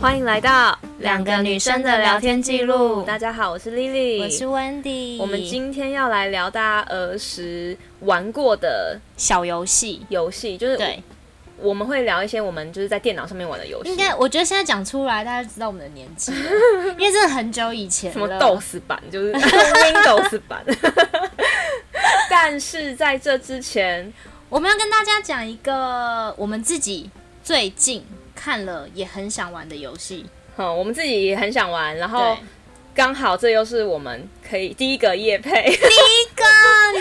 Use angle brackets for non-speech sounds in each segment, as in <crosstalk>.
欢迎来到两个女生的聊天记录大家好，我是 Lily，我是 Wendy。我们今天要来聊大家儿时玩过的小游戏，游戏，就是对，我们会聊一些我们就是在电脑上面玩的游戏，应该我觉得现在讲出来，大家知道我们的年纪 <laughs> 了，因为真的很久以前什么了 DOS 版，就是 <laughs> Windows <laughs> 版。但是在这之前，我们要跟大家讲一个我们自己最近看了也很想玩的游戏。嗯，我们自己也很想玩，然后对，刚好这又是我们可以第一个夜配，哥，你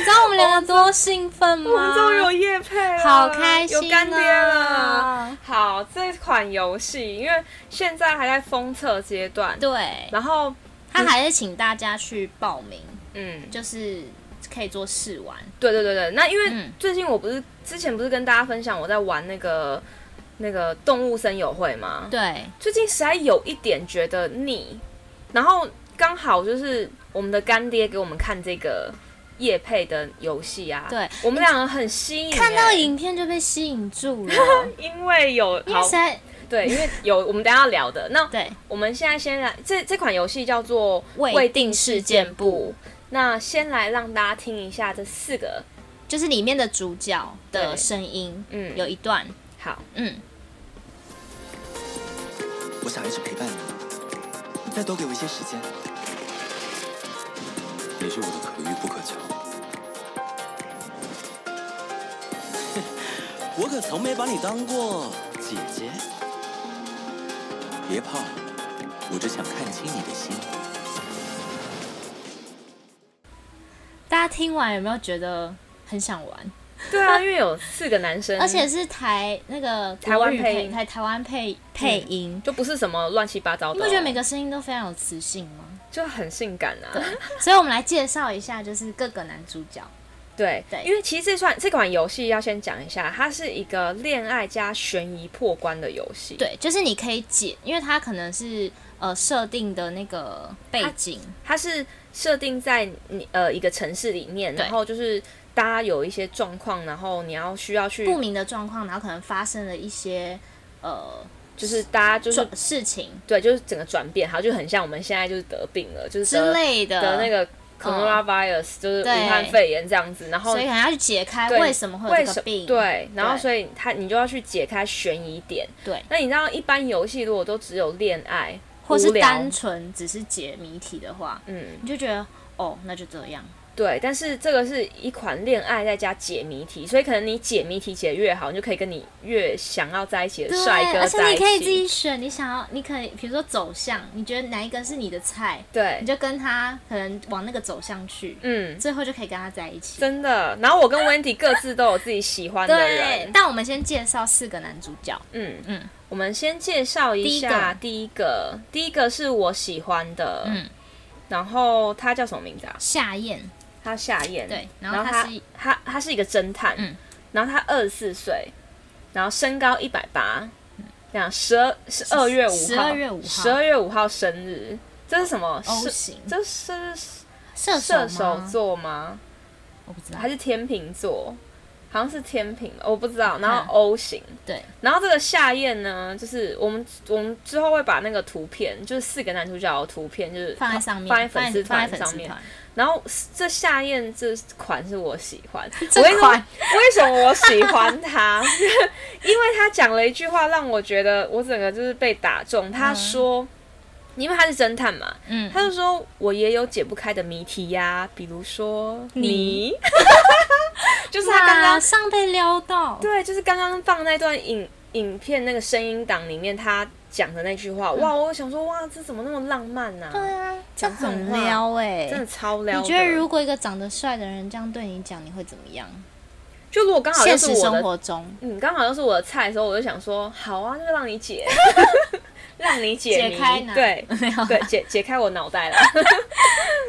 知道我们两个多兴奋 <laughs> 吗？我们终于有夜配了，好开心、啊，有干爹了。！好，这款游戏因为现在还在封测阶段，对，然后他还是请大家去报名，嗯，就是可以做试玩。对对对对，那因为嗯最近我不是之前不是跟大家分享我在玩那个那个动物森友会吗？对，最近实在有一点觉得腻，然后刚好就是我们的干爹给我们看这个叶配的游戏啊，对我们两个很吸引、看到欸，影片就被吸引住了，因为有 <laughs> 因为好实在对，因为有我们等一下要聊的那。对我们现在先来，这这款游戏叫做《未定事件簿》。那先来让大家听一下这四个，就是里面的主角的对声音，嗯有一段，好，嗯，我想一直陪伴你，你再多给我一些时间。你是我的可遇不可求。 <laughs> 我可从没把你当过姐姐。别怕，我只想看清你的心。大家听完有没有觉得很想玩？对啊，因为有四个男生，而且是台那个嗯台湾国语配音台台湾配配音，就不是什么乱七八糟的哦、你不觉得每个声音都非常有磁性吗？就很性感啊？所以我们来介绍一下，就是各个男主角，对对因为其实这款这款游戏要先讲一下，它是一个恋爱加悬疑破关的游戏。，对，就是你可以解，因为它可能是呃设定的那个背景，它是设定在你呃一个城市里面，对然后就是大家有一些状况，然后你要需要去不明的状况，然后可能发生了一些呃就是大家就是状事情对，就是整个转变，好，就很像我们现在就是得病了，就是之得类的嗯得那，个 coronavirus，、就是武对汉肺炎这样子，然后所以可能要去解开对为什么会为有这什个病，对，然后对所以他你就要去解开悬疑点。对，那你知道一般游戏如果都只有恋爱或是无聊单纯只是解谜题的话，嗯你就觉得哦，那就这样，对，但是这个是一款恋爱再加解谜题，所以可能你解谜题解得越好，你就可以跟你越想要在一起的对，帅哥而且在一你起。可以自己选，你想要，你可以比如说走向，你觉得哪一个是你的菜，对你，就跟他可能往那个走向去，嗯，最后就可以跟他在一起。真的。然后我跟 Wendy 各自都有自己喜欢的对人，，但我们先介绍四个男主角，嗯嗯嗯，我们先介绍一下第一个，第一个是我喜欢的，嗯然后他叫什么名字啊？夏燕，他夏燕，对然然后他他是他他是一个侦探，嗯然后他二十四岁，然后身高一百八，这样十二是二月五号， 12月5号嗯十二月五号生日，这是什么 O 是型这是射手射吗手，座吗？嗯我不知道还，是天秤座？好像是天平，我不知道。然嗯后 O 型，对，然后这个夏宴呢，就是我们我们之后会把那个图片，就是四个男主角的图片，就是放在上面，放在放粉丝放在团粉上丝面。团，然后这夏宴这款是我喜欢，这我为什么款为什么我喜欢 <laughs> 他？因为他讲了一句话，让我觉得我整个就是被打中。他说，因为他是侦探嘛，嗯，他就说我也有解不开的谜题呀，比如说你 <laughs> 你，就是他刚刚马上被撩到，对，就是刚刚放那段影影片那个声音档里面他讲的那句话，哇，我想说哇，这怎么那么浪漫呐、嗯对啊，这讲这种很话撩哎、真的超撩的。你觉得如果一个长得帅的人这样对你讲，你会怎么样？就如果刚好又现是实我生的，活中嗯，刚好又是我的菜的时候，我就想说，好啊，那就让你 <laughs> 解，让你解谜解开呢？对 <laughs> 没有。啊对，解解开我脑袋 <laughs> 了。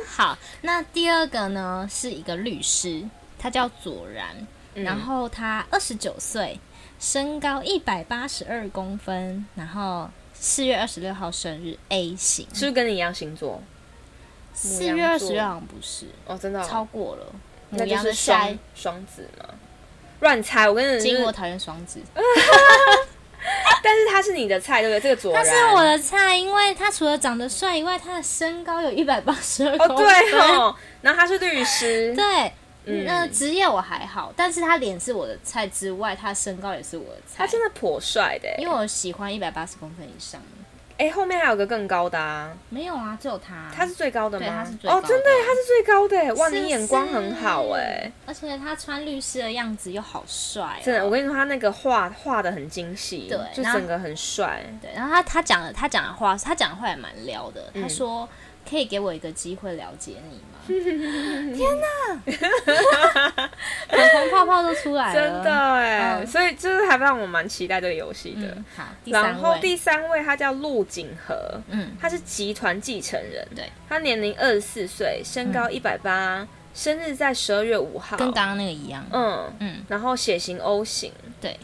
好，那第二个呢是一个律师，他叫左然，嗯然后他二十九岁，身高一百八十二公分，然后四月二十六号生日，A 型。是不是跟你一样星座？四月二十六好像不是，哦，真的哦、超过了。那母就羊是的下双一，双子嘛。乱猜，我跟你经就我是讨厌双子，但是他是你的菜，对不对？这个左然，他是我的菜，因为他除了长得帅以外，他的身高有一百八十二哦，公分。对哦，然后他是律师， <laughs> 对嗯那职业我还好，但是他脸是我的菜之外，他身高也是我的菜。他真的颇帅的欸。因为我喜欢一百八十公分以上的。哎，后面还有个更高的啊，没有啊，只有他。他是最高的吗？对他是最高哦，真的耶的，他是最高的耶。欸哇，是不你眼光是很好哎，而且他穿律师的样子又好帅、啊真的，我。跟你说，他那个画画的很精细，对就然后整个很帅。对，然后他他讲的他讲的话，他讲的话也蛮撩的。嗯他说：“可以给我一个机会了解你吗？” <laughs> 天哪，粉红泡泡都出来了，真的哎、嗯所以就是还让我蛮期待这个游戏的。嗯，好，第然三后位，第三位他叫陆景和，嗯，他是集团继承人，对，他年龄二十四岁，身高一百八，生日在十二月五号，跟刚刚那个一样，嗯，嗯，然后血型 O 型。对，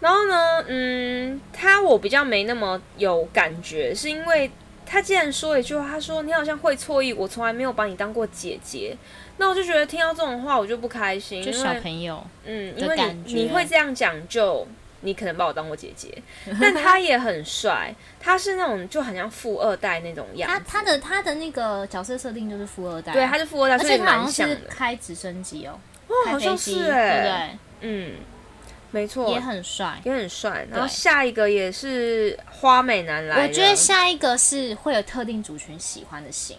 然后呢，嗯，他我比较没那么有感觉，是因为他竟然说了一句话，他说你好像会错意，我从来没有把你当过姐姐。那我就觉得听到这种话我就不开心，就因小为朋友，嗯，的因为感觉你你会这样讲就。你可能把我当我姐姐，但他也很帅，他是那种就很像富二代那种样他子，他的他的那个角色设定就是富二代，啊对，他是富二代，而所且以他好蛮像像是的，开直升机哦，哦，开好飞像机，是哎，对嗯，没不错，对？也很帅。也很帅。然后对下一个也是花美男来了，我觉得下一个是会有特定族群喜欢的型，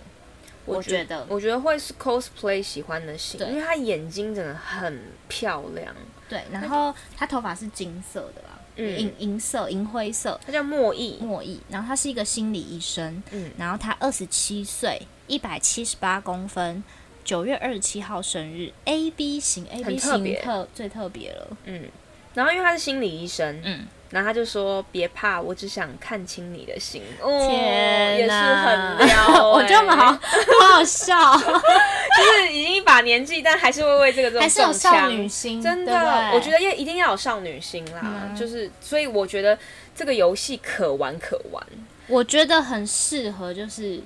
我我觉得我觉得会是 cosplay 喜欢的型，对因为他眼睛真的很漂亮，对，然后他头发是金色的啦，嗯银银色、银灰色他叫莫艺，墨艺，然后他是一个心理医生，嗯然后他二十七岁，一百七十八公分，九月二十七号生日，A B 型，A 很 B 特型别特最特别了，嗯，然后因为他是心理医生，嗯，然后他就说别怕，我只想看清你的心，哦，也天是哪， <laughs> 很撩、欸，我觉得好 <laughs> 好好笑，哦 <laughs> 就是已经一把年纪，但还是会为这个这种还是有中枪少女心，真的，对不对嗯我觉得要一定要有少女心啦，就是所以我觉得这个游戏可玩可玩，我觉得很适合，就是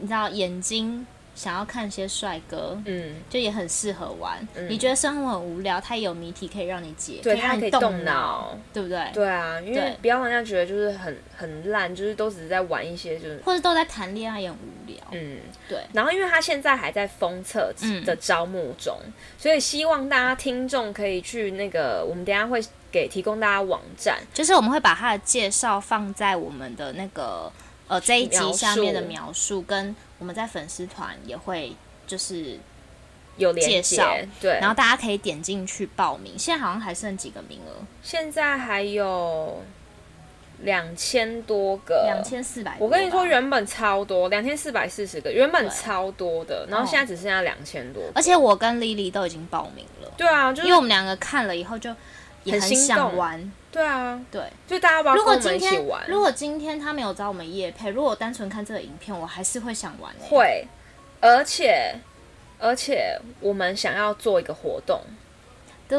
你知道眼睛想要看些帅哥，嗯，就也很适合玩。你觉得生活很无聊，它也有谜题可以让你解，对，让它可你以动动脑，脑，对不对？对啊，因为对不要让人家觉得就是很很烂，就是都只是在玩一些就是。或者都在谈恋爱也很无聊，嗯，哦对。然后因为他现在还在封测嗯的招募中，所以希望大家听众可以去那个，我们等一下会给提供大家网站，就是我们会把它的介绍放在我们的那个呃这一集描述下面的描述，跟我们在粉丝团也会就是，有连介接绍，对，然后大家可以点进去报名。现在好像还剩几个名额，现在还有两千多个，两。千四百。呃我跟你说，原本超多，两千四百四十个，原本对超多的，然后哦现在只剩下两千多个。而且我跟 Lily 都已经报名了，对啊，就因为我是们两个看了以后就也很心想动玩。对啊，对，就大家要不要如果跟我们今一起天玩？如果今天他没有找我们夜配，如果我单纯看这个影片，我还是会想玩、欸。，会，而且而且我们想要做一个活动，对，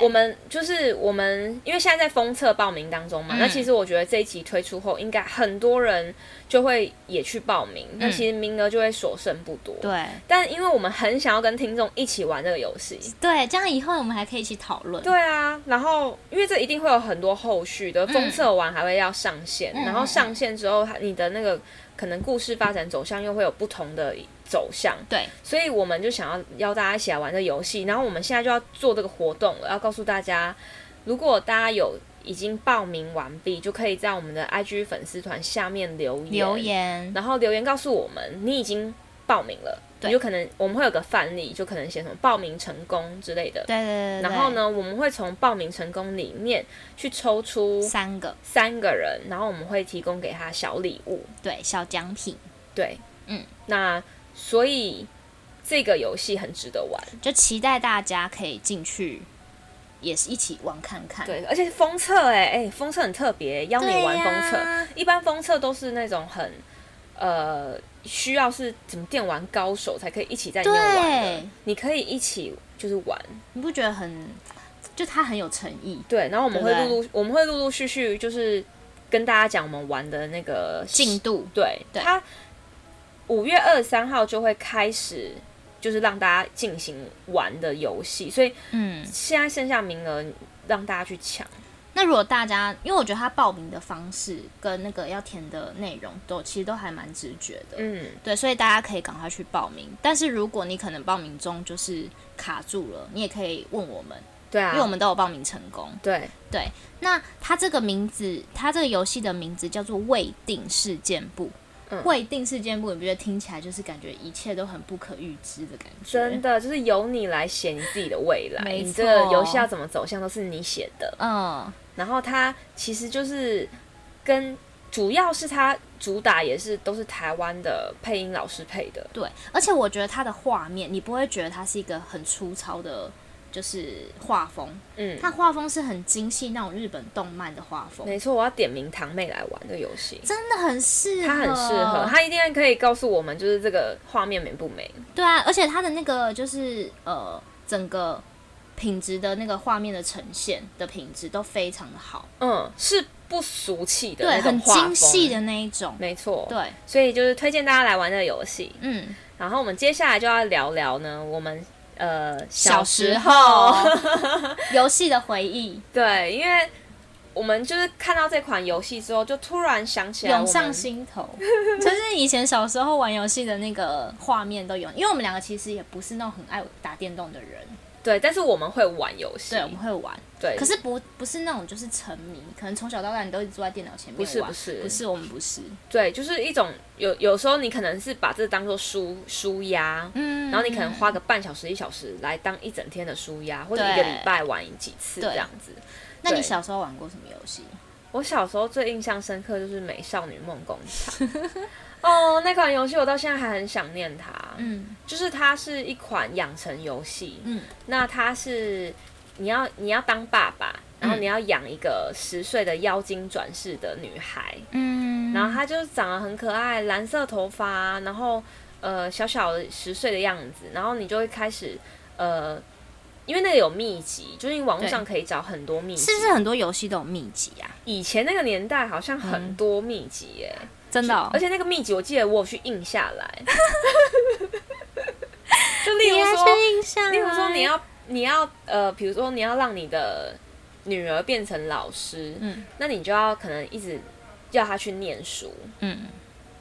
我们就是我们，因为现在在封测报名当中嘛，嗯那其实我觉得这一集推出后，应该很多人就会也去报名，那其实名额就会所剩不多。。嗯对但因为我们很想要跟听众一起玩这个游戏，对，这样以后我们还可以一起讨论。对啊，然后因为这一定会有很多后续嗯的，封测完还会要上线，然后上线之后，它你的那个可能故事发展走向又会有不同的走向，对所以我们就想要邀大家一起来玩这游戏，然后我们现在就要做这个活动了，要告诉大家，如果大家有已经报名完毕，就可以在我们的 IG 粉丝团下面留言，留，言然后留言告诉我们你已经报名了，对你就可能我们会有个范例，就可能写什么报名成功之类的，对对对对然后？呢，我们会从报名成功里面去抽出三个三个人，然后我们会提供给他小礼物。对小奖品，对，嗯，那所以这个游戏很值得玩。就期待大家可以进去，也是一起玩看看。对，而且封测哎、哎、封测很特别、邀你对玩封测。呀一般封测都是那种很呃需要是怎么电玩高手才可以一起在里面玩的对，你可以一起就是玩。你不觉得很？就他很有诚意，对，然后我们会对不陆陆我们会陆陆续续就是跟大家讲我们玩的那个进度对，对它五月二十三号就会开始，就是让大家进行玩的游戏，所以嗯，现在剩下名额让大家去抢。那如果大家，因为我觉得他报名的方式跟那个要填的内容都其实都还蛮直觉的，嗯，对，所以大家可以赶快去报名。但是如果你可能报名中就是卡住了，你也可以问我们，对因啊，为我们都有报名成功。对，对，那它这个名字，它这个游戏的名字叫做未定事件簿。嗯未定事件簿，你不觉得听起来就是感觉一切都很不可预知的感觉？真的就是由你来写你自己的未来，没错你这个游戏要怎么走向都是你写的。嗯，然后它其实就是跟主要是它主打也是都是台湾的配音老师配的，对。而且我觉得它的画面，你不会觉得它是一个很粗糙的，就是画风，嗯，它画风是很精细那种日本动漫的画风，没错，我要点名堂妹来玩这游戏。真的很适合，她很适合，她一定可以告诉我们，就是这个画面美不美。对啊，而且它的那个就是呃，整个品质的那个画面的呈现的品质都非常的好。嗯，是不俗气的对，那种很画风精细，的那一种。没错。，对，所以就是推荐大家来玩这个游戏。嗯，然后我们接下来就要聊聊呢，我们呃小时候游戏的回忆 <laughs> 对，因为我们就是看到这款游戏之后，就突然想起来我涌们上心头， <laughs> 就是以前小时候玩游戏的那个画面都有。因为我们两个其实也不是那种很爱打电动的人，对，但是我们会玩游戏，对，我们会玩，对，可是不不是那种就是沉迷，可能从小到大你都一直坐在电脑前面不是玩不是不是，我们不是，对，就是一种有有时候你可能是把这当做舒舒压。嗯然后你可能花个半小时一小时来当一整天的舒压，或者对一个礼拜玩几次对这样子。那你对小时候玩过什么游戏？我小时候最印象深刻就是《美少女梦工 <laughs> 厂》哦，那款游戏我到现在还很想念它。嗯就是它是一款养成游戏，嗯，那它是你要你要当爸爸，嗯然后你要养一个十岁的妖精转世的女孩，嗯然后她就是长得很可爱，蓝色头发，然后呃小小的十岁的样子，然后你就会开始呃，因为那个有秘籍，就是你网络上可以找很多秘籍，是不是很多游戏都有秘籍啊？以前那个年代好像很多秘籍耶、真的哦、而且那个秘籍我记得我有去印下 <laughs> 来，就例如你还说是。印象，啊例如说你要你要呃，比如说你要让你的女儿变成老师，嗯那你就要可能一直叫她去念书，嗯。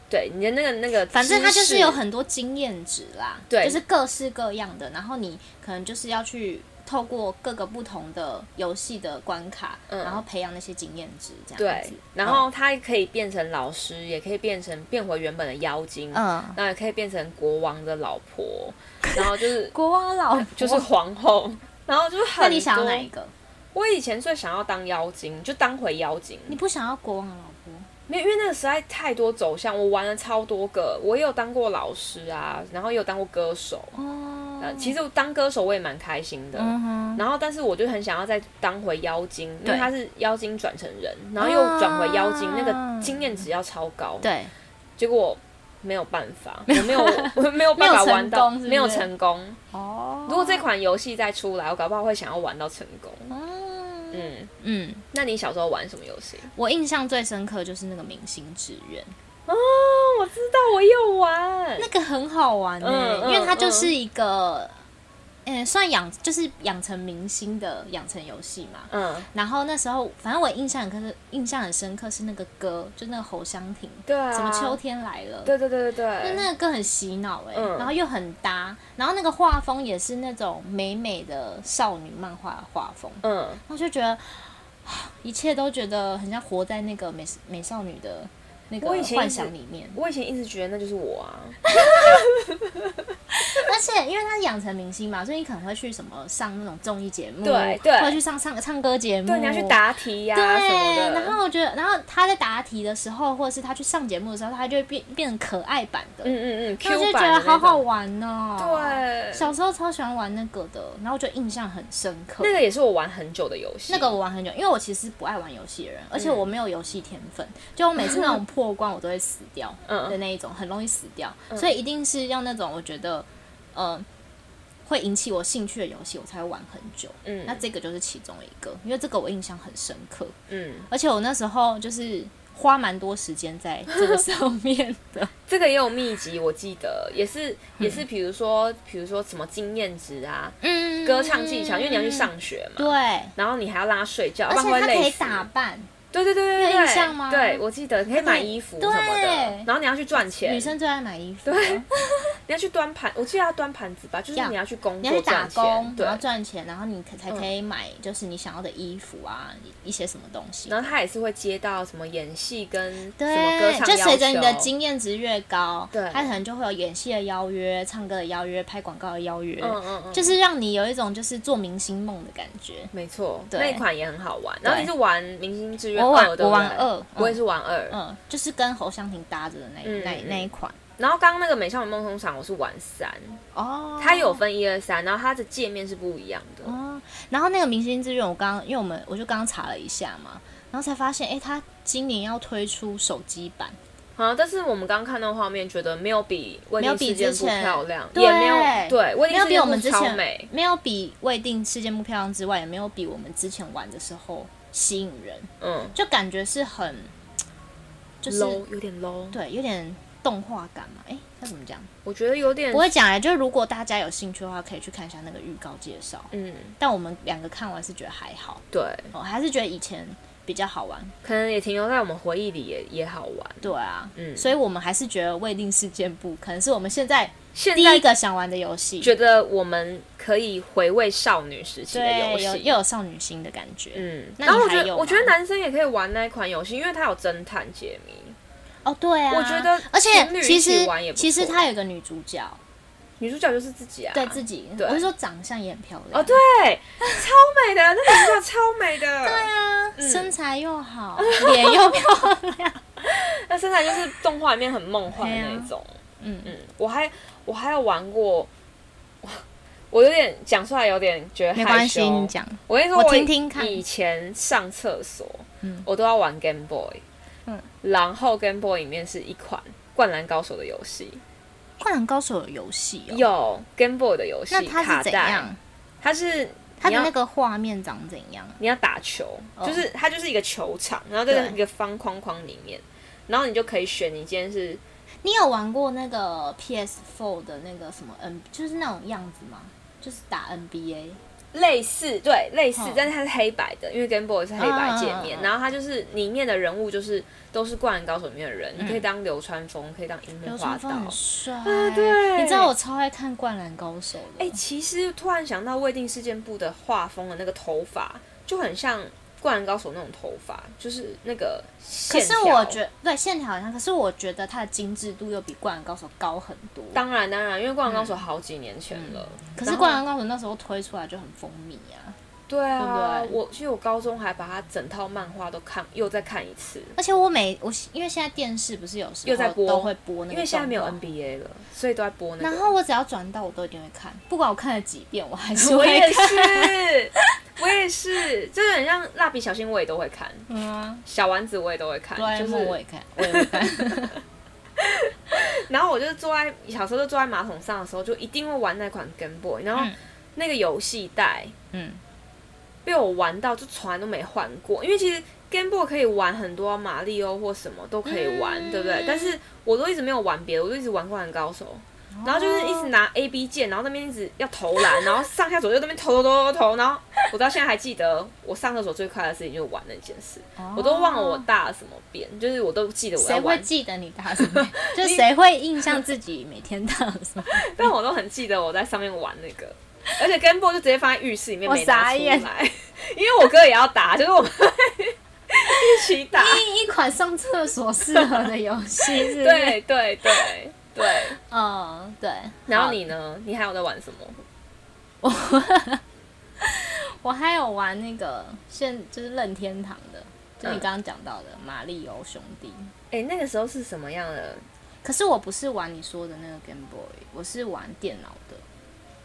对你的那个那个，反正它就是有。很多经验值啦，对就是各式各样的。然后你可能就是要去透过各个不同的游戏的关卡，嗯然后培养那些经验值，这样对子。，然后她可以变成老师，也可以变成变回原本的妖精，嗯，那也可以变成国王的老 <laughs> 婆，然后就是国王老婆就是，皇后，然后就是很 <laughs> 那你想要多哪一个？我以前最想要当妖精，就当回妖精。你不想要国王的老婆？没有，因为那个实在太多走向，我玩了超多个，我也有当过老师啊，然后也有当过歌手。哦呃，其实我当歌手我也蛮开心的，嗯哼，然后但是我就很想要再当回妖精，因对为他是妖精转成人，然后又转回妖精，啊那个经验值要超高。，对，结果没有办法，我没有，我没有 <laughs> 办法玩到，没有成功是不是没有成功。哦如果这款游戏再出来，我搞不好会想要玩到成功。嗯嗯，嗯，那你小时候玩什么游戏？我印象最深刻就是那个明星志愿。哦，我知道，我也有玩。那个很好玩呢、嗯嗯因为它就是一个，嗯、算养就是养成明星的养成游戏嘛。嗯，然后那时候，反正我印象很刻，印象很深刻是那个歌，就那个侯湘婷，对啊，什么秋天来了，对对对对那对，那个歌很洗脑哎、嗯然后又很搭，然后那个画风也是那种美美的少女漫画的画风，嗯，然后就觉得。啊一切都觉得很像活在那个美美少女的那个我以前一直幻想里面，我以前一直觉得那就是我啊。而且因为他是养成明星嘛，所以你可能会去什么上那种综艺节目，对对会去上唱唱歌节目，对，你要去答题呀、哦对，什么的。然后我觉得，然后他在答题的时候，或者是他去上节目的时候，他就会变变成可爱版的，嗯嗯嗯然后，Q 就觉版的得那好好种。玩哦。对小时候超喜欢玩那个的，然后我就印象很深刻。那个也是我玩很久的游戏。那个我玩很久，因为我其实不爱玩游戏的人，而且嗯我没有游戏天分，就我每次那种破关我都会死掉 <laughs> 嗯的那一种，很容易死掉，所以一定是要那种我觉得，呃，会引起我兴趣的游戏，我才会玩很久。嗯那这个就是其中一个，因为这个我印象很深刻，嗯，而且我那时候就是花蛮多时间在这 <laughs> 个上面的。这个也有秘籍，我记得也是也是，比如说比如说什么经验值啊，嗯歌唱技巧，因为你要去上学嘛，对，然后你还要让他睡觉，而不然会且他可累以死。打扮，对对对对有印对，象吗对，我记得你可以买衣服什么的对，然后你要去赚钱，女生最爱买衣服，对，你要去端盘，我记得要端盘子吧，就是要你要去工你要去作打赚工钱，，对嗯然。后赚钱，然后你可才可以买就是你想要的衣服啊，一些什么东西。然后他也是会接到什么演戏跟什么歌对，唱就随着要你的求经验值越高，对他可能就会有演戏的邀约、唱歌的邀约、拍广告的邀约，嗯嗯嗯就是让你有一种就是做明星梦的感觉。没错，对那一款也很好玩。然后你是玩《明星志愿我玩二》对不对我玩二嗯我也是玩二。嗯，就是跟侯湘婷搭着的那、嗯那嗯那一款然后刚刚那个《美少女梦工厂》我是玩三，哦，它有分一二三，然后它的界面是不一样的。哦，然后那个明星志愿，我刚因为我们我就刚刚查了一下嘛，然后才发现，哎，他今年要推出手机版，好，但是我们刚刚看到画面，觉得没有比《未没有定比事件之簿》前漂亮，对也没有对《未没定有事比我件簿们之》超前美。没有比未定事件目漂亮之外，也没有比我们之前玩的时候吸引人，嗯就感觉是很就是，low 有点 low，对，有点动画感嘛。哎，要怎么讲？我觉得有点不会讲哎、就是如果大家有兴趣的话，可以去看一下那个预告介绍。嗯，但我们两个看完是觉得还好，对，我、还是觉得以前比较好玩。可能也停留在我们回忆里也也好玩。对啊，嗯所以我们还是觉得未定事件簿可能是我们现在现第在一个想玩的游戏，觉得我们可以回味少女时期的游对，有戏，又有少女心的感觉。嗯，那然后你我觉还有得，我吗觉得男生也可以玩那一款游戏，因为它有侦探解谜。哦，对啊，我觉得而且情侣其一起实玩也不其实错它有一个女主角，女主角就是自己啊，对自己，对我是说长相也很漂亮哦，对，超美的，那女主角超美的，对对啊，身材又好， <laughs> 脸又漂亮，那身材就是动画里面很梦幻的那种。嗯嗯，我还我还有玩过，我有点讲出来有点觉得害没羞关系，你讲，我跟你说，我听听看以前上厕所，嗯我都要玩 Game Boy，嗯然后 Game Boy 里面是一款《灌篮高手》的游戏， 《灌篮高手》有游戏哦，有 Game Boy 的游戏，那它卡是怎带样？？它是它你的要那个画面长怎样？你要打球，哦就是它就是一个球场，然后在对一个方框框里面，然后你就可以选你今天是你有玩过那个 PS4 的那个什么 N，就是那种样子吗？就是打 NBA，类似对类似嗯，但是它是黑白的，因为 Game Boy 是黑白界面嗯嗯嗯，嗯然后它就是里面的人物就是都是灌篮高手里面的人，你可以当流川枫，可以当樱木嗯流花川道枫。很帅啊对你知道我超爱看《灌篮高手》的，哎、其实突然想到未定事件簿的画风的那个头发，就很像《灌篮高手》那种头发，就是那个可线是条我觉对线条好像，可是我觉得它的精致度又比《灌篮高手》高很多。当然当然，因为《灌篮高手》好几年前了，嗯可是然《后灌篮高手》那时候推出来就很风靡啊，对啊，对不对我其实我高中还把它整套漫画都看，又再看一次，而且我每我因为现在电视不是有时又在候播都会播那个，因为现在没有。NBA 了，所以都在播那然个。后我只要转到，我都一定会看，不管我看了几遍，我还 <laughs> 是 <laughs> 我会也看。是，我也是，就是很像蜡笔小新，我也都会看， <laughs> 嗯啊，小丸子我也都会看哆啦，A 就是梦我也看，我也会 <laughs> 看。然后我就是坐在小时候就坐在马桶上的时候，就一定会玩那款 Game Boy，然后嗯那个游戏带嗯，被我玩到就从来都没换过，因为其实 Game Boy 可以玩很多啊马里奥或什么都可以玩，嗯对不对？但是我都一直没有玩别的，我就一直玩灌篮高手。然后就是一直拿 A B 键，然后那边一直要投篮，然后上下左右那边投投投投投，然后我到现在还记得我上厕所最快的事情就是玩那件事，我都忘了我大了什么遍，就是我都记得我在哦谁会玩记得你打什 <laughs> 么？就谁会印象自己每天打什么？但我都很记得我在上面玩那个，而且 Game Boy 就直接放在浴室里面我没拿傻出眼来， <laughs> 因为我哥也要打，就是我们一起 <laughs> 打。一一款上厕所适合的游戏是？对，对对对。嗯，对。然后你呢？你还有在玩什么？我还有玩那个现就是任天堂的，就你刚刚讲到的《马里欧兄弟》。哎、那个时候是什么样的？可是我不是玩你说的那个 Game Boy，我是玩电脑的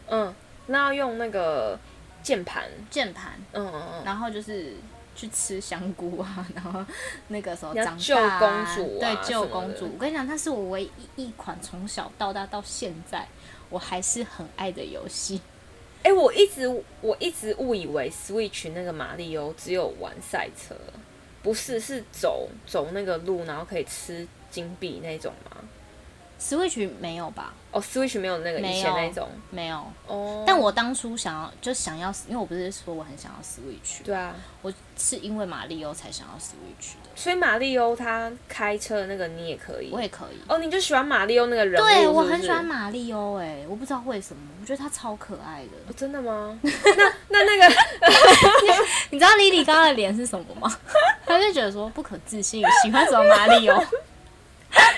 嗯，那要用那个键盘。键盘，嗯嗯嗯。然后就是去吃香菇啊，然后那个时候你要长救大、啊、公主啊对什么救的公主。我跟你讲，它是我唯一一款从小到大到现在我还是很爱的游戏。哎、我一直我一直误以为 Switch 那个马里欧只有玩赛车，不是，是走走那个路，然后可以吃金币那种吗？ Switch 没有吧？哦，Switch 没有那个没有以前那种没有。哦，但我当初想要就想要，因为我不是说我很想要 Switch，对啊，我是因为马里奥才想要 Switch 的，所以马里欧他开车的那个你也可以我，也可以。哦，你就喜欢马里欧那个人物，对是不我是很喜欢马里奥，哎，我不知道为什么，我觉得他超可爱的。哦真的 <laughs> 吗？那那那个你知道 Lily 刚刚的脸是什 <laughs> 么吗？他就觉得说不可置信，喜欢什么马 <laughs> 里奥？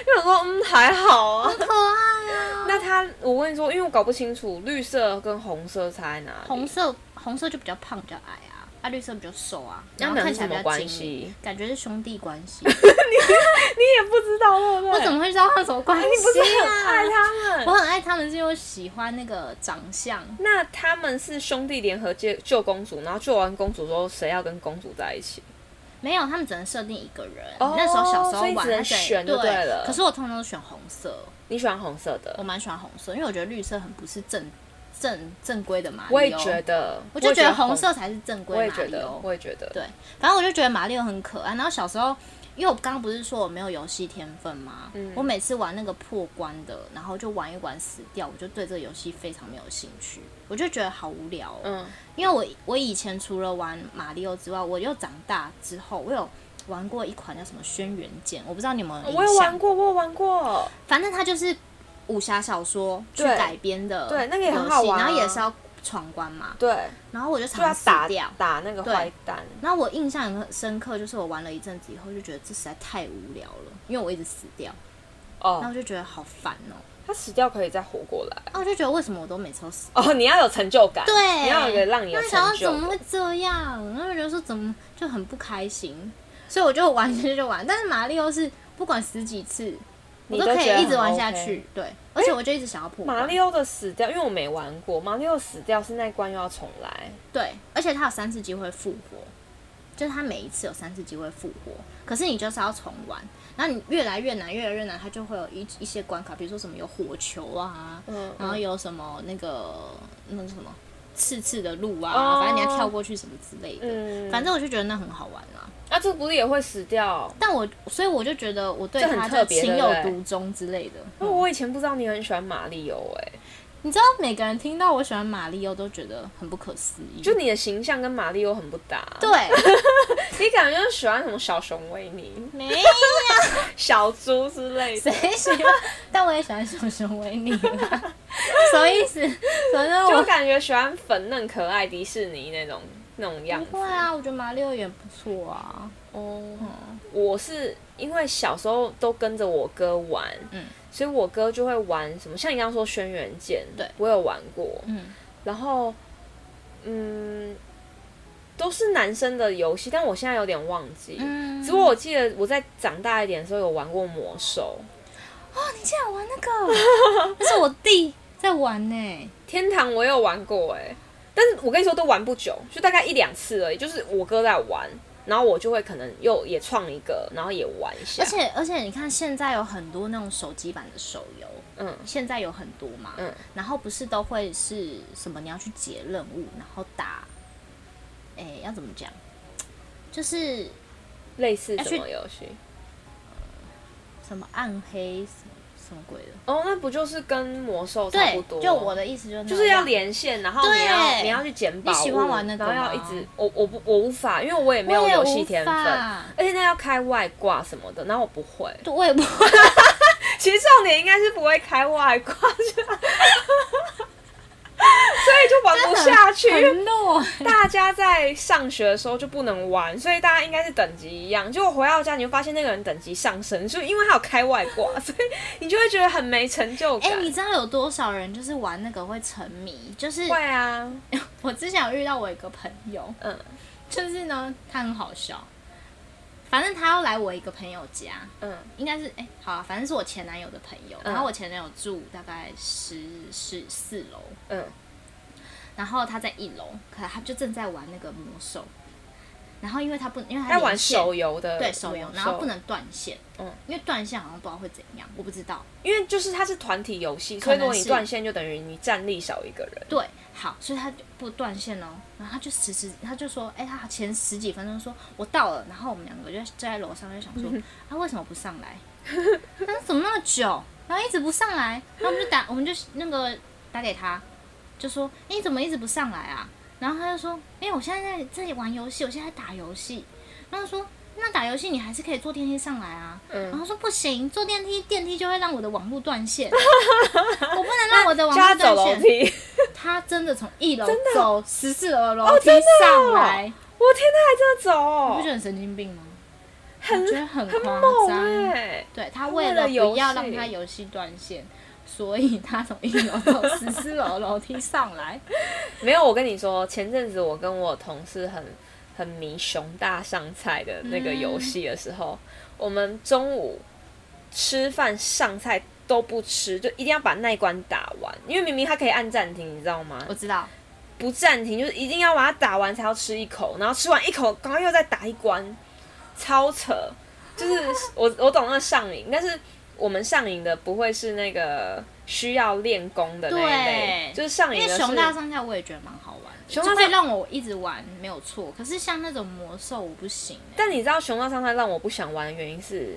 就想说，嗯，还好啊。可爱啊！那他，我问你说，因为我搞不清楚绿色跟红色差在哪里。红色红色就比较胖，比较矮啊，啊绿色比较瘦啊，那然后们看是起来什么比较关精明系，感觉是兄弟关系。你也不知道对不对？ <laughs> 我怎么会知道他什么关系哎你不是很爱啊？他们？我很爱他们，是因为我喜欢那个长相。那他们是兄弟联合救救公主，然后救完公主之后，谁要跟公主在一起？没有，他们只能设定一个人。哦那时候小时候所以玩，只他能只能选就对对了可是我通常都选红色，你喜欢红色我的，蛮喜欢红色，因为我觉得绿色很不是正正正规的马里奥。我也觉，得，我就觉也得红色，才是正我规也马觉里得奥，。我也觉得，对，反正我就觉得马里奥很可爱。然后小时候，因为我刚刚不是说我没有游戏天分吗？嗯我每次玩那个破关的，然后就玩一玩死掉，我就对这个游戏非常没有兴趣，我就觉得好无聊、哦。嗯，因为我我以前除了玩马里奥之外，我又长大之后，我有玩过一款叫什么《轩辕剑》，我不知道你有没有印象。哦我有玩过，我有玩过，反正它就是武侠小说去对改编的游戏，对那个也很好玩啊然后也是要闯关嘛，对，然后我就就要常死打掉。打那个对坏蛋，然后我印象很深刻，就是我玩了一阵子以后，就觉得这实在太无聊了，因为我一直死掉，然后哦我，就觉得好烦哦、他死掉可以再活过来， <laughs> 啊，我就觉得为什么我都每次都死？哦，你要有成就感，对，你要有一个让你有那想成到就怎么的，会这样？然后就觉得说怎么就很不开心，所以我就完全就玩。但是马里奥是不管死几次，我你都可觉得以一直很玩下 OK 去。对，而且我就一直想要破关。马里奥的死掉，因为我没玩过，马里奥死掉是那一关又要重来，对，而且它有三次机会复活，就是它每一次有三次机会复活，可是你就是要重玩，然后你越来越难，越来越难，它就会有一一些关卡，比如说什么有火球啊，嗯然后有什么那个那个什么刺刺的路啊，哦反正你要跳过去什么之类的，嗯反正我就觉得那很好玩啊。啊，这不是也会死掉？但我所以我就觉得我对这很它特就别情对有不对独钟之类的。因为我以前不知道你很喜欢马里奥，哎，你知道每个人听到我喜欢马里奥都觉得很不可思议，就你的形象跟马里奥很不搭，对，你感觉就是喜欢什么小熊维尼、没小猪之类 <laughs> 的，谁喜欢？但我也喜欢熊熊维尼啦，什么意思？反正就我感觉喜欢粉嫩可爱迪士尼那种那种样子不。会啊，我觉得马里奥也不错啊。哦，我是因为小时候都跟着我哥玩，嗯所以我哥就会玩什么，像你刚刚说《轩辕剑》，对我有玩过，嗯，然后，嗯，都是男生的游戏，但我现在有点忘记。嗯只不过我记得我在长大一点的时候有玩过魔兽、你竟然玩那个？那是我弟在玩呢、天堂，我也有玩过哎、但是我跟你说都玩不久，就大概一两次而已。就是我哥在玩，然后我就会可能又也创一个，然后也玩一下。而且而且，你看现在有很多那种手机版的手游，嗯现在有很多嘛。嗯然后不是都会是什么？你要去解任务，然后打，哎、要怎么讲？就是类似什要么游戏？什么暗黑什么什么鬼的？哦，那不就是跟魔兽差不多？，对就我的意思啊就是那就是要样连线，然后你要对你要去捡宝物，你喜欢玩那个然后要一吗直我我不我无法，因为我也没有我也游戏无天分，法而且那要开外挂什么的，然后我不会。 <laughs> 对我也不其实重点应该是不会开外挂，就 <laughs> 所以就玩不下去。因为很弱。 <laughs> 大家在上学的时候就不能玩，所以大家应该是等级一样。结果回到家，你就发现那个人等级上升，就因为他有开外挂，所以你就会觉得很没成就 <laughs> 哎、感。你知道有多少人就是玩那个会沉迷？就是会啊，我之前有遇到我一个朋友，嗯就是呢，他很好笑。反正他要来我一个朋友家，嗯应该是哎、好啊，反正是我前男友的朋友。嗯然后我前男友住大概十十四楼，嗯，然后他在一楼，可他就正在玩那个魔兽。然后因为他不，因为他在玩连线手游的嗯对手游魔，然后不能断线，嗯因为断线好像不知道会怎样，我不知道。因为就是它是团体游戏，可所以如能果你是断线，就等于你战力少一个人。对，好，所以他就不断线哦，然后他就时时他就说，哎、他前十几分钟说我到了，嗯啊然后我们两个就就在楼上就想说，他、啊、为什么不上来？他说怎么那么久？然后一直不上来，然后我们就打，我们就那个打给他，就说哎你怎么一直不上来啊？然后他就说，因为我现在在这里玩游戏，我现在在打游戏。然后说，那打游戏你还是可以坐电梯上来啊。然嗯，后说不行，坐电梯电梯就会让我的网络 <laughs> 断线，我不能让我的网叫他络走断楼线。梯。他真的从一楼真的走十四楼楼哦梯真的哦上来， <laughs> 我天，他还真的走你不哦觉，得很神经病吗？我觉很得很很夸猛张。哎、对他为为了了游不要让戏他游戏断线，所以他从一楼到 <laughs> 十四楼楼梯上来。没有，我跟你说，前阵子我跟我同事很很迷熊大上菜的那个游戏的时候，嗯我们中午吃饭上菜都不吃，就一定要把那一关打完，因为明明他可以按暂停，你知道吗？我知道，不暂停，就是一定要把它打完才要吃一口，然后吃完一口，刚刚又再打一关，超扯。就是我我懂那个上瘾，但是我们上瘾的不会是那个需要练功的那一类，对就是上因瘾为的熊是大上菜我也觉得蛮好玩的，熊大就会上让我一直玩没有错。可是像那种魔兽我不行欸、但你知道熊猫上菜让我不想玩的原因是，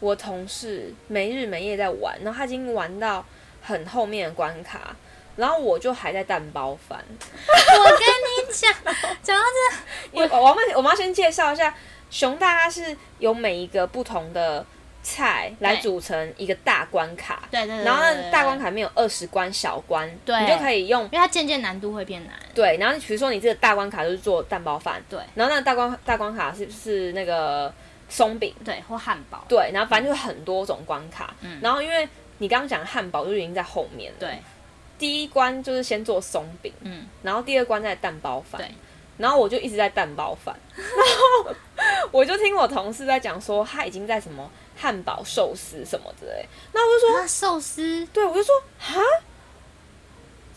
我同事没日没夜在玩，然后他已经玩到很后面的关卡，然后我就还在蛋包饭。我跟你讲，讲到这，我我们我们要先介绍一下，熊大它是由每一个不同的菜来对组成一个大关卡，对对对对然后对那对大关卡里面有二十关小关，对你就可以用因为它渐渐难度会变难。对，然后你比如说你这个大关卡就是做蛋包饭，对然后那个大关大关卡是是那个松饼。对，或汉堡。对，然后反正就很多种关卡。嗯然后因为你刚刚讲汉堡就已经在后面了。，对，第一关就是先做松饼，嗯，然后第二关再蛋包饭。对，然后我就一直在蛋包饭， <laughs> 然后我就听我同事在讲说他已经在什么汉堡、寿司什么之类，那我就说，那寿司对我就说哈，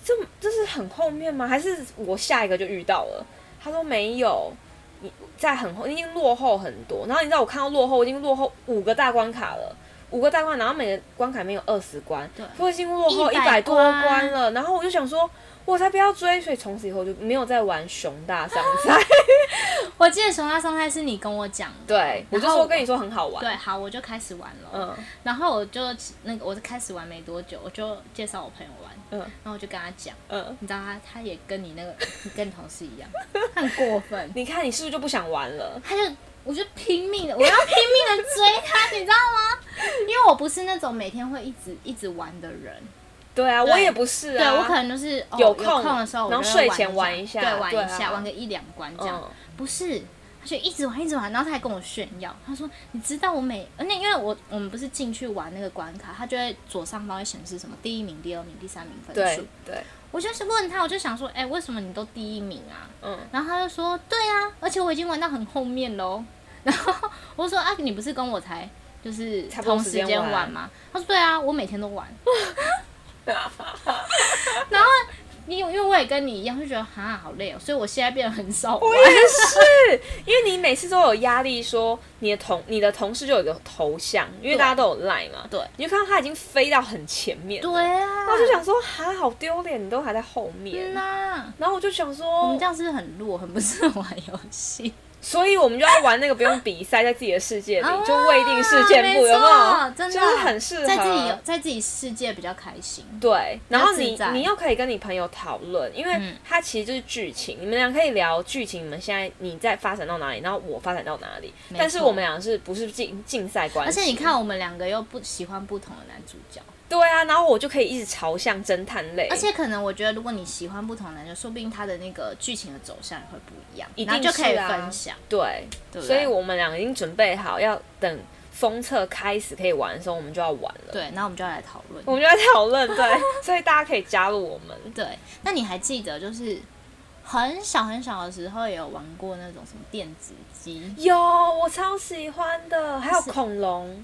这这是很后面吗？还是我下一个就遇到了？他说没有。你在很后，你已经落后很多。然后你知道我看到落后，我已经落后五个大关卡了，五个大关，然后每个关卡里面有二十关对，我已经落后一100百多关关了。然后我就想说，我才不要追，所以从此以后我就没有再玩熊 <laughs> 大上菜。我记得熊大上菜是你跟我讲的，对，我就然后说跟你说很好玩。对，好，我就开始玩了。嗯然后我就那个，我就开始玩没多久，我就介绍我朋友玩，嗯然后我就跟他讲，嗯，你知道他他也跟你那个， <laughs> 你跟你同事一样，他很过 <laughs> 分，你看你是不是就不想玩了？他就我就拼命的，我要拼命的追他，你知道吗？因为我不是那种每天会一直一直玩的人，对啊，对我也不是对啊。我可能就是、哦、有有空的时候我然后就会睡前玩玩一一下对，玩对一下，啊玩个一两关这样。嗯不是，他就一直玩，一直玩，然后他还跟我炫耀，他说：“你知道我每……呃那因为我我们不是进去玩那个关卡，他就会左上方会显示什么第一名、第二名、第三名分对数。对，我就是问他，我就想说，哎、为什么你都第一名啊？嗯，然后他就说：对啊，而且我已经玩到很后面喽。 <laughs> 然后我就说：啊，你不是跟我才就是差不多同时时间间玩玩吗？他说：对啊，我每天都玩。然后你因为我也跟你一样，就觉得哈好累哦，所以我现在变得很少 <laughs> 玩。也是，因为你每次都有压力，说你的同你的同事就有一个头像，因为对大家都有 line 嘛，对你就看到他已经飞到很前面，，对啊，然后就想说，哈，好丢脸，你都还在后面天。呐，然后我就想我说啊们这，样是不是很弱，很不适合玩游戏？所以我们就要玩那个不用比赛，在自己的世界里 <laughs> 啊就未定世界部，有没有？没错真的啊就是很适合在自己有在自己世界比较开心。对，然后自你在你又可以跟你朋友讨论，因为嗯它其实就是剧情，你们俩可以聊剧情，你们现在你在发展到哪里，然后我发展到哪里，没但是错我们俩是不是竞竞赛关而系？且你看，我们两个又不喜欢不同的男主角，对啊，然后我就可以一直朝向侦探类，而且可能我觉得，如果你喜欢不同的男主角，说不定他的那个剧情的走向也会不一样，一定然后就可以是啊分享，对，对不所对？以我们俩已经准备好要等封测开始可以玩的时候，我们就要玩了，对，然后我们就要来讨论我。们就在讨论，对，所以大家可以加入我们。对，那你还记得就是很小很小的时候也有玩过那种什么电子机，有，我超喜欢的，还有是恐龙，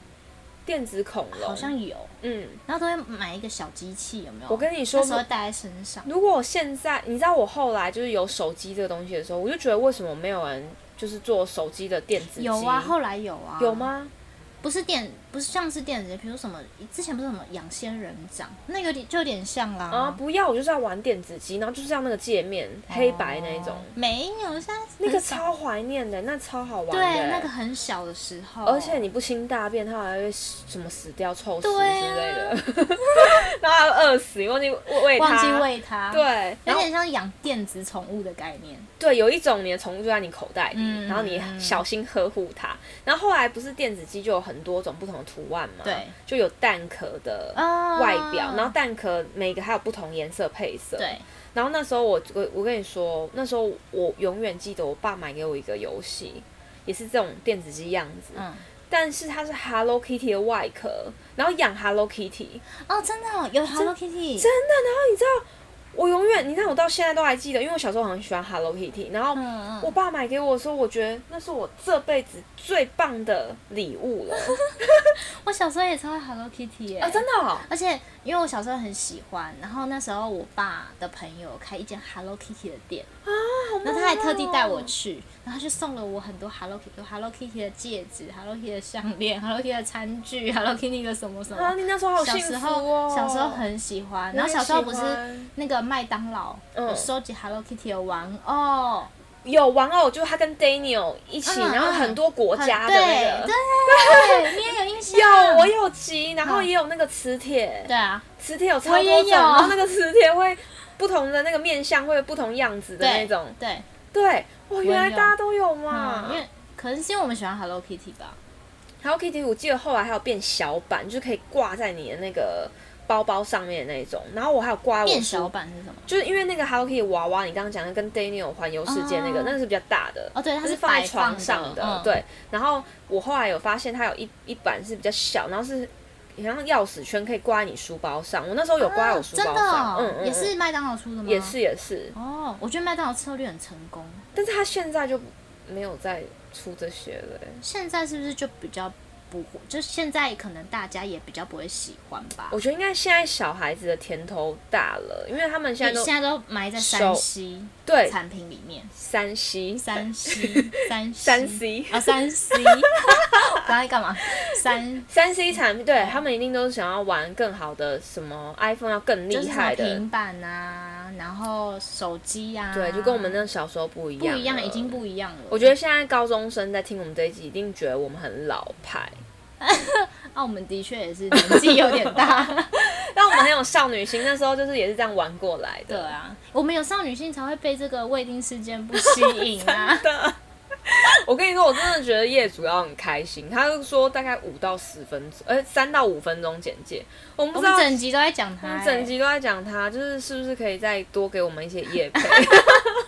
电子恐龙，好像有，嗯。然后都会买一个小机器，有没有？我跟你说那时候带在身上。如果我现在，你知道我后来就是有手机这个东西的时候，我就觉得为什么没有人就是做手机的电子机？有啊，后来有啊，有？吗？不是电，不是像是电子，比如什么之前不是什么养仙人掌，那有点就有点像啦。啊，不要，我就是要玩电子机，然后就是要那个界面黑白那一种哦，没有，现在那个很少超怀念的，那超好玩的。对，那个很小的时候，而且你不清大便，它还会什么死掉、臭死之对啊类的， <laughs> 然后还会饿死，你忘记喂它，忘记喂它，，对，然有后嗯点像养电子宠物的概念。对，有一种你的宠物就在你口袋里，嗯然后你小心呵护它。然后后来不是电子鸡就有很多种不同的图案嘛，对，就有蛋壳的啊外表，然后蛋壳每个还有不同颜色配色，对，然后那时候我我我跟你说，那时候我永远记得我爸买给我一个游戏，也是这种电子机样子，嗯，但是它是 Hello Kitty 的外壳，然后养 Hello Kitty，哦，真的哦有 Hello Kitty，真的。然后你知道，我永远你看我到现在都还记得，因为我小时候很喜欢 Hello Kitty，然后嗯我嗯，爸买给我的时候，我觉得那是我这辈子最棒的礼物 <laughs> 了我小时候也超爱 Hello Kitty 耶、啊！真的、哦，而且因为我小时候很喜欢，然后那时候我爸的朋友开一间 Hello Kitty 的店啊，哦然后他还特地带我去，然后他就送了我很多 Hello Kitty 有 Hello Kitty 的戒指、Hello Kitty 的项链、Hello Kitty 的餐具、Hello Kitty 的什么什啊，么。你那时候好小幸时福候、哦！小时候很喜欢，也然后小时候不喜是欢那个麦当劳、嗯有收集 Hello Kitty 的玩偶，有玩偶，就是他跟 Daniel 一起，嗯然后很多国家的很那个。对对，你也有印象？ <laughs> 有，我有集，然后嗯也有那个磁铁，对啊，磁铁有超我也多种，有然后那个磁铁会不同的那个面相会有不同样子的对那种。对，对，哇，原来有大家都有嗯，嘛因。为可能是因为我们喜欢 Hello Kitty 吧， Hello Kitty，我记得后来还有变小版，就是可以挂在你的那个包包上面的那种。然后我还有挂在啊我变书小，版是什么？就是因为那个 Hello Kitty 娃娃，你刚刚讲的跟 Daniel 环游世界那个，哦那个是比较大的。哦，对，它它是放放在在床上的，的，嗯，对。然后我后来有发现，它有一一版是比较小，然后是好像钥匙圈可以挂在你书包上。我那时候有挂在我书真包的上，哦、嗯嗯嗯，也是麦当劳出的吗？也是也是，哦，我觉得麦当劳策略很成功，但是它现在就没有再出这些了、欸现在是不是就比较不会？就现在可能大家也比较不会喜欢吧。我觉得应该现在小孩子的甜头大了，因为他们现在现都在都埋在手山西对产品里面，三 C <laughs> 山西山西三 C <laughs> 啊山西， <laughs> 刚才干嘛？三三 C 产品，对他们一定都是想要玩更好的，什么 iPhone 要更就厉是什么害的。平板啊，然后手机啊，对，就跟我们那小时候不一不样，一样，已经不一样了。我觉得现在高中生在听我们这一集，一定觉得我们很老 <laughs> 派，啊，我们的确也是年纪有点大。但我们很有少女心。那时候就是也是这样玩过来对的。。啊，我们有少女心才会被这个未定事件不吸引啊 <laughs> 的。我跟你说，我真的觉得业主要很开心。他就说大概五到十分钟，呃，三到五分钟简介。我们不我知道们，整集都在讲我他、们欸，整集都在讲他，就是是不是可以再多给我们一些业 <laughs> 配？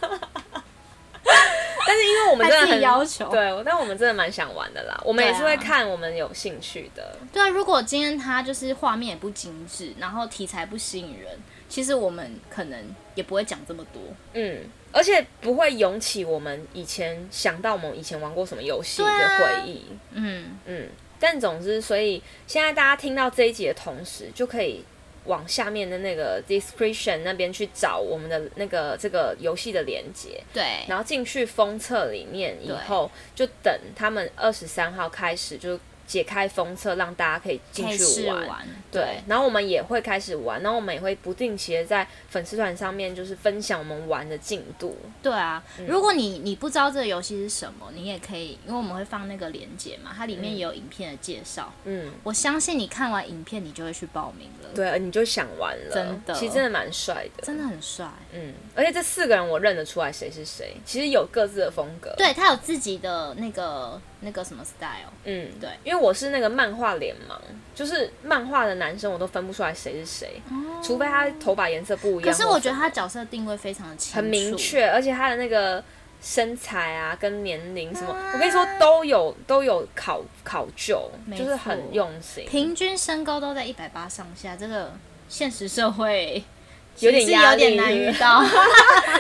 但是因为我们真的他自己很要求。对，但我们真的蛮想玩的啦。我们也是对啊会看我们有兴趣的。对啊，如果今天他就是画面也不精致，然后题材不吸引人，其实我们可能也不会讲这么多。嗯，而且不会涌起我们以前想到我们以前玩过什么游戏的对啊回忆。嗯，嗯，但总之，所以现在大家听到这一集的同时，就可以往下面的那个 description 那边去找我们的那个这个游戏的连接，对，然后进去封测里面以对后，就等他们二十三号开始就解开封测，让大家可以进可以去试玩。玩。对，，然后我们也会开始玩，然后我们也会不定期的在粉丝团上面就是分享我们玩的进度。对啊，嗯如果你你不知道这个游戏是什么，你也可以，因为我们会放那个链接嘛，它里面也有影片的介绍。嗯，我相信你看完影片，你就会去报名了。，对，你就想玩了，真的其实真的蛮帅的，真的，很帅。嗯，而且这四个人我认得出来谁是谁，其实有各自的风格，，对他有自己的那个那个什么 style，嗯，对因为我是那个漫画脸盲，就是漫画的男生我都分不出来谁是谁，除非他头发颜色不一哦可样，是我觉得他角色定位非常的清楚，很明。确，而且他的那个。身材啊，跟年龄什么，啊我跟你说都有都有考考究，没就是错很用心，平均身高都在一百八上下，这个现实社会 <laughs> 有点其实压有力点 <laughs> 难遇到。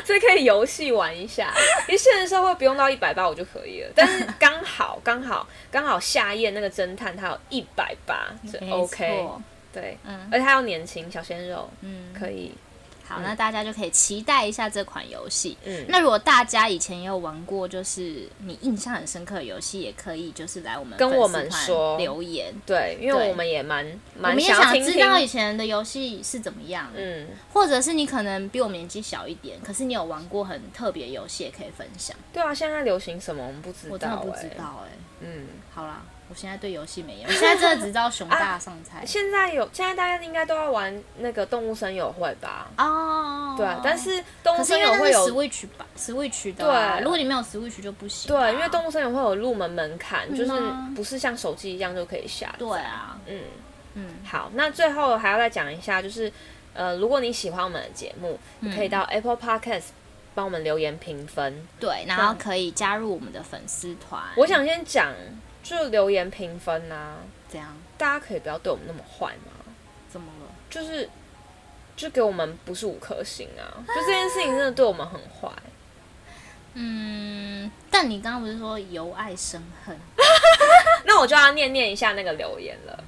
这可以游戏玩一 <laughs> 下。因为现实社会不用到一百八我就可以了，但是刚好刚好刚好夏夜那个侦探他有一百八，这没 OK 错对，嗯而且他又年轻，小鲜肉嗯，可以。好，那大家就可以期待一下这款游戏。嗯那如果大家以前也有玩过，就是你印象很深刻的游戏，也可以就是来我们跟我粉们丝团说留言，对，因为对我们也蛮我蛮们也要想听知道以听，前的游戏是怎么样，嗯，或者是你可能比我们年纪小一点，可是你有玩过很特别的游戏，也可以分享。对啊，现在流行什么我们不知我真的道不知哎、道哎、嗯，好啦，我现在对游戏没有，我现在真的只知道熊大上菜啊现在有现在大家应该都要玩那个动物森友会吧？哦。对啊，但是动可物是森因友为那会是有 Switch 吧，Switch 的啊、对如果你没有 Switch 就不行啊、对，因为动物森友会有入门门槛，就是吗不是像手机一样就可以下。对，啊，嗯，嗯，好，那最后还要再讲一下，就是呃，如果你喜欢我们的节目，你嗯可以到 Apple Podcast 帮我们留言评分。对，然后可以加入我们的粉丝团。我想先讲，就留言评分啊，怎样？大家可以不要对我们那么坏嘛，怎么了？就是就给我们不是五颗星啊，就这件事情真的对我们很坏。啊嗯，但你刚刚不是说由爱生恨？那我就要念念一下那个留言了，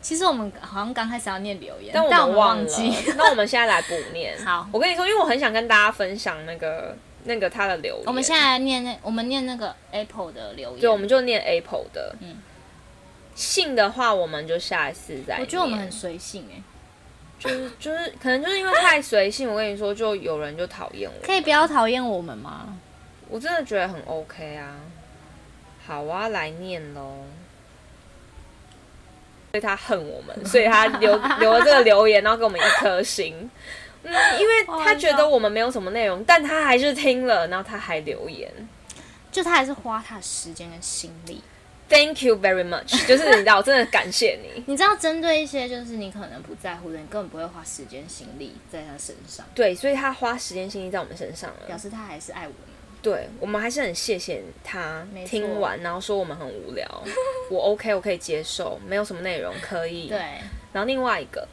其实我们好像刚开始要念留言，但我但们我忘忘了记。。 <laughs> 那我们现在来补念。好我跟你说，因为我很想跟大家分享那个那个他的留言。我们现在来念那，我们念那个 Apple 的留言。对，我们就念 Apple 的。嗯姓的话，我们就下一次再念。我觉得我们很随性哎、就是就是，可能就是因为太随性，我跟你说，就有人就讨厌我。可以不要讨厌我们吗？我真的觉得很 OK 啊。好，我要来念喽。所以他恨我 <laughs> 们，所以他留留了这个留言，然后给我们一颗星。嗯，因为他觉得我们没有什么内容，但他还是听了，然后他还留言。就他还是花他的时间跟心力。 Thank you very much，就是你知道，我真的感谢 <laughs> 你。你知道，针对一些就是你可能不在乎的，你根本不会花时间心力在他身上，对，所以他花时间心力在我们身上了表。示他还是爱我们。对，我们还是很谢谢他没错听完，然后说我们很无聊，我 OK，我可以接受，没有什么内容可以。。对，然后另外一个，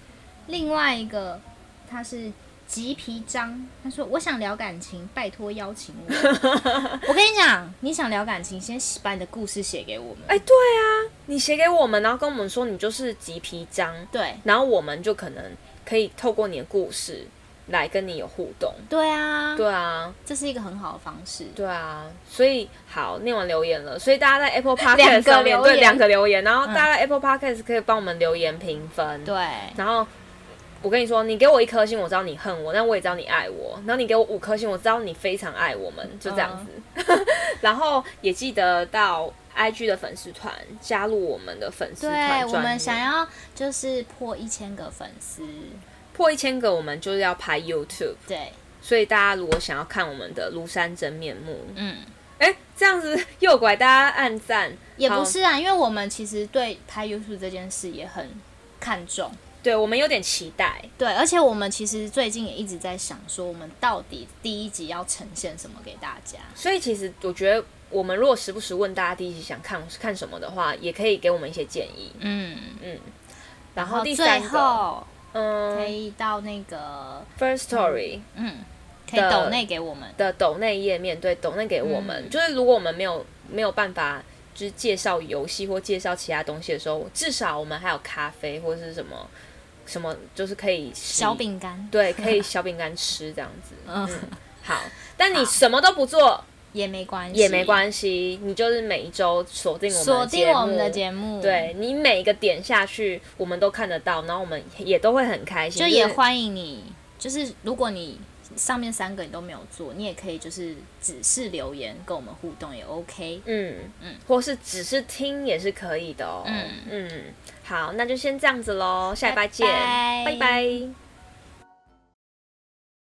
另外一个他是吉皮张，他说我想聊感情，拜托邀请我。 <laughs> 我跟你讲，你想聊感情，先把你的故事写给我们。哎、对啊，你写给我们，然后跟我们说你就是急皮章，对然后我们就可能可以透过你的故事来跟你有互动。对啊，对啊，这是一个很好的方式。对啊，所以好，念完留言了，所以大家在 Apple Podcast 两个上面留对言嗯两个留言，然后大家在 Apple Podcast 可以帮我们留言评分。对，然后我跟你说，你给我一颗星，我知道你恨我，但我也知道你爱我。然后你给我五颗星，我知道你非常爱我们，就这样子。嗯 <laughs> 然后也记得到 IG 的粉丝团加入我们的粉丝团对专，页，我们想要就是破一千个粉丝，破一千个，我们就是要拍 YouTube。对，所以大家如果想要看我们的庐山真面目，嗯，哎、这样子诱拐大家暗赞，也好不是啊，因为我们其实对拍 YouTube 这件事也很看重，对我们有点期待。对，而且我们其实最近也一直在想说，我们到底第一集要呈现什么给大家。所以其实我觉得，我们如果时不时问大家第一集想看看什么的话，也可以给我们一些建议。嗯，然然后后第最三个，后哎嗯可以到那个， First Story 嗯，可以的抖内给我们，的抖内页面，对抖内给我嗯们，就是如果我们没有没有办法。就是介绍游戏或介绍其他东西的时候，至少我们还有咖啡或者是什么什么，就是可以吃小，饼干，对，可以小饼干吃这样 <laughs> 子。嗯，好，但你什么都不做也没关系，也没关系，你就是每一周锁定我们锁定我们的目，节目，，对你每一个点下去，我们都看得到，然后我们也都会很开心，就也是欢迎你，就是如果你上面三个你都没有做，你也可以就是只是留言跟我们互动也 OK。嗯嗯嗯，或是只是听也是可以的哦。嗯嗯嗯，好，那就先这样子喽，下礼拜见，拜拜拜拜